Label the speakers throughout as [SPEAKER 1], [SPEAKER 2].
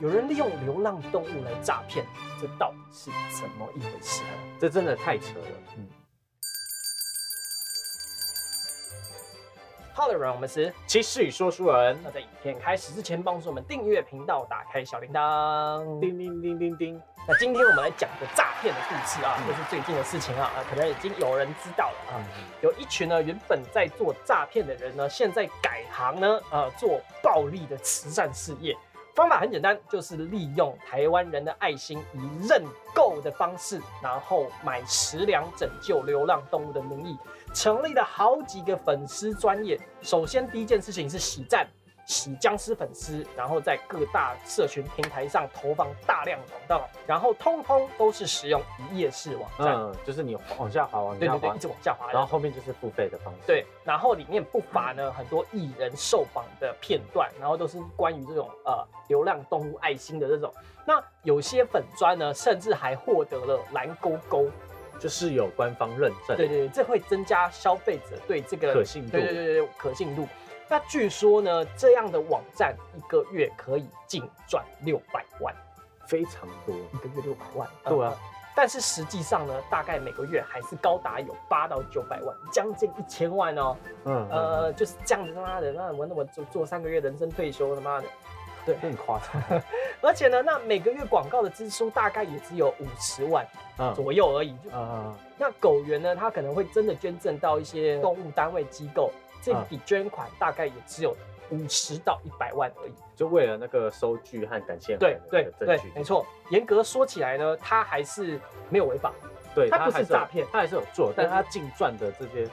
[SPEAKER 1] 有人利用流浪动物来诈骗，这到底是怎么一回事啊？
[SPEAKER 2] 这真的太扯了。嗯。
[SPEAKER 1] Hello，人，我们是
[SPEAKER 2] 其实与说书人，
[SPEAKER 1] 那在影片开始之前，帮助我们订阅频道，打开小铃铛。
[SPEAKER 2] 叮叮叮叮叮，
[SPEAKER 1] 那今天我们来讲个诈骗的故事啊，就是最近的事情啊，啊可能已经有人知道了啊。有一群呢原本在做诈骗的人呢，现在改行呢，呃，做暴力的慈善事业。方法很简单，就是利用台湾人的爱心，以认购的方式，然后买食粮拯救流浪动物的名义，成立了好几个粉丝专业。首先第一件事情是洗赞，洗僵尸粉丝，然后在各大社群平台上投放大量广告，然后通通都是使用一页式网站，
[SPEAKER 2] 嗯，就是你往下滑，往
[SPEAKER 1] 对
[SPEAKER 2] 下
[SPEAKER 1] 对对，
[SPEAKER 2] 滑
[SPEAKER 1] 一，直往下滑，
[SPEAKER 2] 然后后面就是付费的方式。
[SPEAKER 1] 对，然后里面不乏呢很多艺人受访的片段，然后都是关于这种呃流浪动物爱心的这种。那有些粉砖呢，甚至还获得了蓝勾勾。
[SPEAKER 2] 就是有官方认证。
[SPEAKER 1] 对对对，这会增加消费者对这个
[SPEAKER 2] 可信度
[SPEAKER 1] 对对对对对可信度。那据说呢，这样的网站一个月可以净赚六百万，
[SPEAKER 2] 非常多。
[SPEAKER 1] 一个月六百万。呃
[SPEAKER 2] 对啊，
[SPEAKER 1] 但是实际上呢，大概每个月还是高达有八到九百万，将近一千万哦。
[SPEAKER 2] 嗯，呃，
[SPEAKER 1] 呃，就是这样子，他妈的，那我那我做做三个月人生退休，他妈的。
[SPEAKER 2] 更夸张。
[SPEAKER 1] 而且呢，那每个月广告的支出大概也只有五十万
[SPEAKER 2] 嗯，
[SPEAKER 1] 左右而已。就
[SPEAKER 2] 嗯，
[SPEAKER 1] 那狗源呢，他可能会真的捐赠到一些动物单位机构，这
[SPEAKER 2] 嗯
[SPEAKER 1] 笔捐款大概也只有五十到一百万而已。
[SPEAKER 2] 就为了那个收据和感谢函
[SPEAKER 1] 对
[SPEAKER 2] 的
[SPEAKER 1] 对
[SPEAKER 2] 证
[SPEAKER 1] 对
[SPEAKER 2] 据，，
[SPEAKER 1] 没错。严格说起来呢，他还是没有违法。
[SPEAKER 2] 对，
[SPEAKER 1] 它不是
[SPEAKER 2] 还有
[SPEAKER 1] 诈骗
[SPEAKER 2] 它还是有做，但
[SPEAKER 1] 对
[SPEAKER 2] 它净赚的这些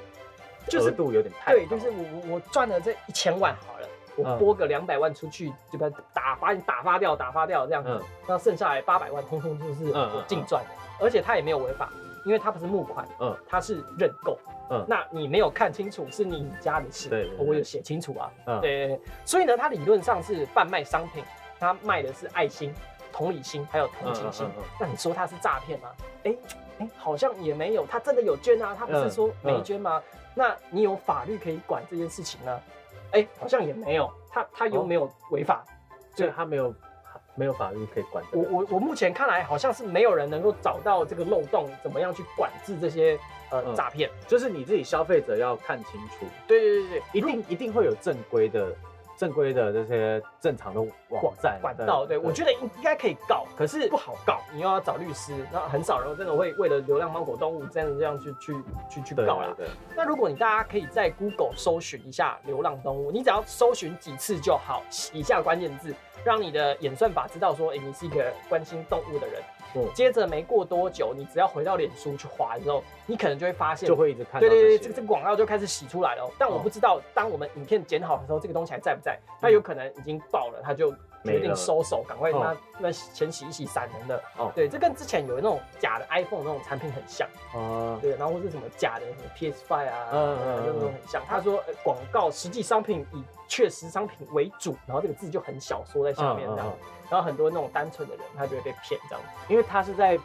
[SPEAKER 1] 就是
[SPEAKER 2] 额度有点太
[SPEAKER 1] 对，
[SPEAKER 2] 高
[SPEAKER 1] 就是我我我赚了这一千万好了，我
[SPEAKER 2] 嗯
[SPEAKER 1] 拨个两百万出去，就把它打发打发掉，打发掉这样子。
[SPEAKER 2] 嗯
[SPEAKER 1] 那剩下来八百万，通通就是
[SPEAKER 2] 嗯嗯
[SPEAKER 1] 我净赚的，而且他也没有违法，因为他不是募款，
[SPEAKER 2] 嗯
[SPEAKER 1] 他是认购，
[SPEAKER 2] 嗯
[SPEAKER 1] 那你没有看清楚是你家的事，
[SPEAKER 2] 对对对
[SPEAKER 1] 我有写清楚啊，
[SPEAKER 2] 嗯，
[SPEAKER 1] 对对对，所以呢，他理论上是贩卖商品，他卖的是爱心、同理心还有同情心，
[SPEAKER 2] 嗯嗯嗯嗯
[SPEAKER 1] 那你说他是诈骗吗？哎哎，好像也没有，他真的有捐啊，他不是说没捐吗？
[SPEAKER 2] 嗯
[SPEAKER 1] 那你有法律可以管这件事情呢？哎，好像也没有，他他
[SPEAKER 2] 哦
[SPEAKER 1] 有没有违法？
[SPEAKER 2] 所以它没有没有法律可以管的。
[SPEAKER 1] 我我我目前看来，好像是没有人能够找到这个漏洞，怎么样去管制这些呃
[SPEAKER 2] 嗯
[SPEAKER 1] 诈骗？
[SPEAKER 2] 就是你自己消费者要看清楚，
[SPEAKER 1] 对对对对，
[SPEAKER 2] 一定一定会有正规的、正规的这些正常的网站
[SPEAKER 1] 管道。对我觉得应应该可以告，可是不好告，你又要找律师，那很少人真的会为了流浪猫狗动物真的这样去去去去
[SPEAKER 2] 对
[SPEAKER 1] 告啦。
[SPEAKER 2] 对对
[SPEAKER 1] 那如果你大家可以在 Google 搜寻一下流浪动物，你只要搜寻几次就好，以下关键字，让你的演算法知道说，哎、你是一个关心动物的人。
[SPEAKER 2] 嗯
[SPEAKER 1] 接着没过多久，你只要回到脸书去滑的时候，你可能就会发现
[SPEAKER 2] 就会一直看到
[SPEAKER 1] 对对对，这个
[SPEAKER 2] 这
[SPEAKER 1] 这
[SPEAKER 2] 些
[SPEAKER 1] 个广告就开始洗出来了哦。但我不知道，当我们影片剪好的时候，这个东西还在不在？它有可能已经爆了，它就决
[SPEAKER 2] 嗯没
[SPEAKER 1] 定
[SPEAKER 2] 了
[SPEAKER 1] 收手，赶快
[SPEAKER 2] 哦
[SPEAKER 1] 那那钱洗一洗，闪人的。
[SPEAKER 2] 哦
[SPEAKER 1] 对，这跟之前有那种假的 iPhone 那种产品很像，
[SPEAKER 2] 啊，
[SPEAKER 1] 对，然后或是什么假的什么 PS Five 啊，
[SPEAKER 2] 嗯嗯嗯
[SPEAKER 1] 那种很像。他说呃广告实际商品以确实商品为主，然后这个字就很小缩在下面这样。
[SPEAKER 2] 嗯嗯
[SPEAKER 1] 然后很多那种单纯的人，他就会被骗这样。
[SPEAKER 2] 因为他是在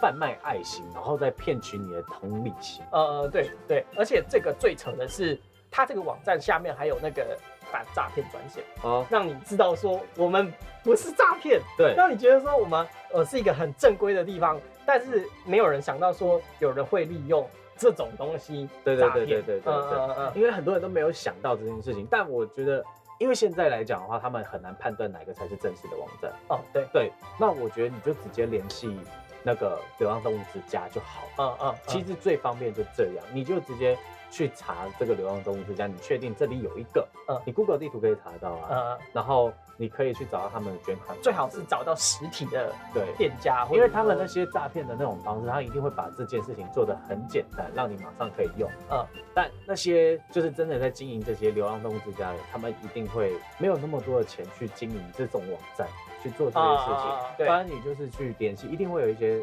[SPEAKER 2] 贩卖爱心，然后再骗取你的同理心。
[SPEAKER 1] 呃，对对，而且这个最扯的是，他这个网站下面还有那个反诈骗专线。
[SPEAKER 2] 哦，
[SPEAKER 1] 让你知道说我们不是诈骗，
[SPEAKER 2] 对，
[SPEAKER 1] 让你觉得说我们呃是一个很正规的地方，但是没有人想到说有人会利用这种东西
[SPEAKER 2] 对对
[SPEAKER 1] 诈
[SPEAKER 2] 对
[SPEAKER 1] 骗，
[SPEAKER 2] 对对对对。
[SPEAKER 1] 嗯嗯嗯
[SPEAKER 2] 因为很多人都没有想到这件事情，但我觉得，因为现在来讲的话，他们很难判断哪个才是真实的网站。
[SPEAKER 1] 哦对，
[SPEAKER 2] 对，那我觉得你就直接联系那个流浪动物之家就好了。
[SPEAKER 1] 嗯嗯，
[SPEAKER 2] 其实最方便就这样，你就直接去查这个流浪动物之家，你确定这里有一个，
[SPEAKER 1] 嗯
[SPEAKER 2] 你 Google 地图可以查到啊，
[SPEAKER 1] 呃
[SPEAKER 2] 然后你可以去找到他们的捐款方式，
[SPEAKER 1] 最好是找到实体的
[SPEAKER 2] 对。
[SPEAKER 1] 店家，或者
[SPEAKER 2] 因为他们那
[SPEAKER 1] 说
[SPEAKER 2] 些诈骗的那种方式，他一定会把这件事情做得很简单，让你马上可以用。
[SPEAKER 1] 嗯，
[SPEAKER 2] 但那些就是真的在经营这些流浪动物之家的，他们一定会没有那么多的钱去经营这种网站去做这些事情。
[SPEAKER 1] 啊对
[SPEAKER 2] 不然你就是去联系，一定会有一些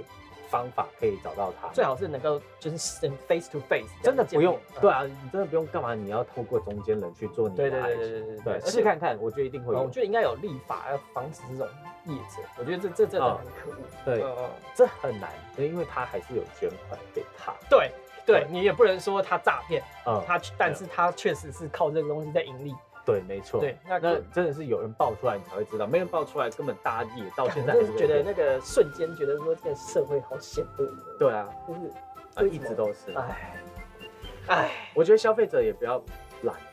[SPEAKER 2] 方法可以找到他。
[SPEAKER 1] 最好是能够就是 face to face，
[SPEAKER 2] 真的不用，
[SPEAKER 1] 对
[SPEAKER 2] 对啊，你真的不用干嘛？你要透过中间人去做你的
[SPEAKER 1] 嗯对对
[SPEAKER 2] 爱
[SPEAKER 1] 对
[SPEAKER 2] 情，
[SPEAKER 1] 对对对对，
[SPEAKER 2] 对试看看，我觉得一定会
[SPEAKER 1] 呃。我
[SPEAKER 2] 有。
[SPEAKER 1] 觉得应该有立法要防止这种业者，我觉得这这真的
[SPEAKER 2] 嗯
[SPEAKER 1] 很可恶。
[SPEAKER 2] 对，
[SPEAKER 1] 嗯嗯
[SPEAKER 2] 这很难，因为他还是有捐款给他。
[SPEAKER 1] 对对
[SPEAKER 2] 对，
[SPEAKER 1] 你也不能说他诈骗，
[SPEAKER 2] 嗯，
[SPEAKER 1] 他但是他确实是靠这个东西在盈利。
[SPEAKER 2] 对，没错。
[SPEAKER 1] 对那
[SPEAKER 2] 那
[SPEAKER 1] 个
[SPEAKER 2] 真的是有人爆出来，你才会知道，没人爆出来，根本大家也到现在
[SPEAKER 1] 我真
[SPEAKER 2] 还是
[SPEAKER 1] 是觉得
[SPEAKER 2] 那
[SPEAKER 1] 那个瞬间觉得说这个社会好险恶，哦
[SPEAKER 2] 对啊，
[SPEAKER 1] 就是
[SPEAKER 2] 啊
[SPEAKER 1] 为什
[SPEAKER 2] 一
[SPEAKER 1] 么哎
[SPEAKER 2] 直都是。
[SPEAKER 1] 唉唉，
[SPEAKER 2] 我觉得消费者也不要懒了，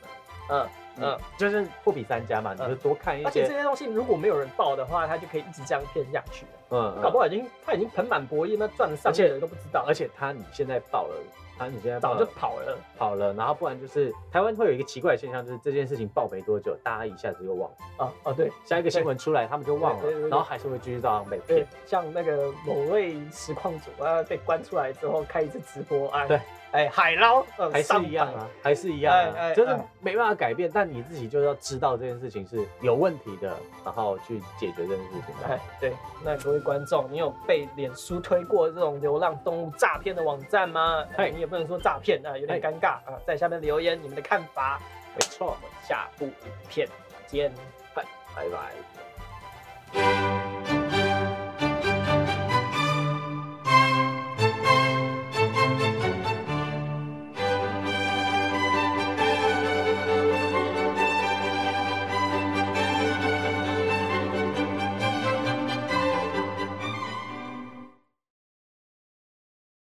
[SPEAKER 1] 嗯嗯
[SPEAKER 2] 嗯。，就是货比三家嘛，你
[SPEAKER 1] 嗯
[SPEAKER 2] 就多看一
[SPEAKER 1] 而且这
[SPEAKER 2] 些，
[SPEAKER 1] 些东西如果没有人报的话，他就可以一直这样骗下去。
[SPEAKER 2] 嗯
[SPEAKER 1] 搞不
[SPEAKER 2] 嗯。
[SPEAKER 1] 好已经他已经盆满钵满，那赚了上
[SPEAKER 2] 而且
[SPEAKER 1] 亿的人都不知道，
[SPEAKER 2] 而且他你现在爆了，他你现在爆
[SPEAKER 1] 早
[SPEAKER 2] 了
[SPEAKER 1] 就跑了。
[SPEAKER 2] 跑了，然后不然就是台湾会有一个奇怪的现象，就是这件事情爆没多久，大家一下子又忘了，
[SPEAKER 1] 啊啊，对
[SPEAKER 2] 下一个新闻出来他们就忘
[SPEAKER 1] 对对对
[SPEAKER 2] 了，
[SPEAKER 1] 对
[SPEAKER 2] 然后还是会继续照样被
[SPEAKER 1] 对
[SPEAKER 2] 骗。，
[SPEAKER 1] 像那个某位实况主啊被关出来之后开一次直播，哎，
[SPEAKER 2] 对，
[SPEAKER 1] 哎海捞，呃
[SPEAKER 2] 还是一样，
[SPEAKER 1] 上
[SPEAKER 2] 啊，还是一样啊，
[SPEAKER 1] 哎哎
[SPEAKER 2] 就是
[SPEAKER 1] 哎
[SPEAKER 2] 没办法改变，但你自己就要知道这件事情是有问题的，然后去解决这件事情。
[SPEAKER 1] 百哎，对，那各位观众，你有被脸书推过这种流浪动物诈骗的网站吗？哎，
[SPEAKER 2] 哎
[SPEAKER 1] 你也不能说诈骗啊，有点
[SPEAKER 2] 哎
[SPEAKER 1] 尴尬啊，在下面留言你们的看法，
[SPEAKER 2] 没错，
[SPEAKER 1] 下部影片见。
[SPEAKER 2] 拜拜。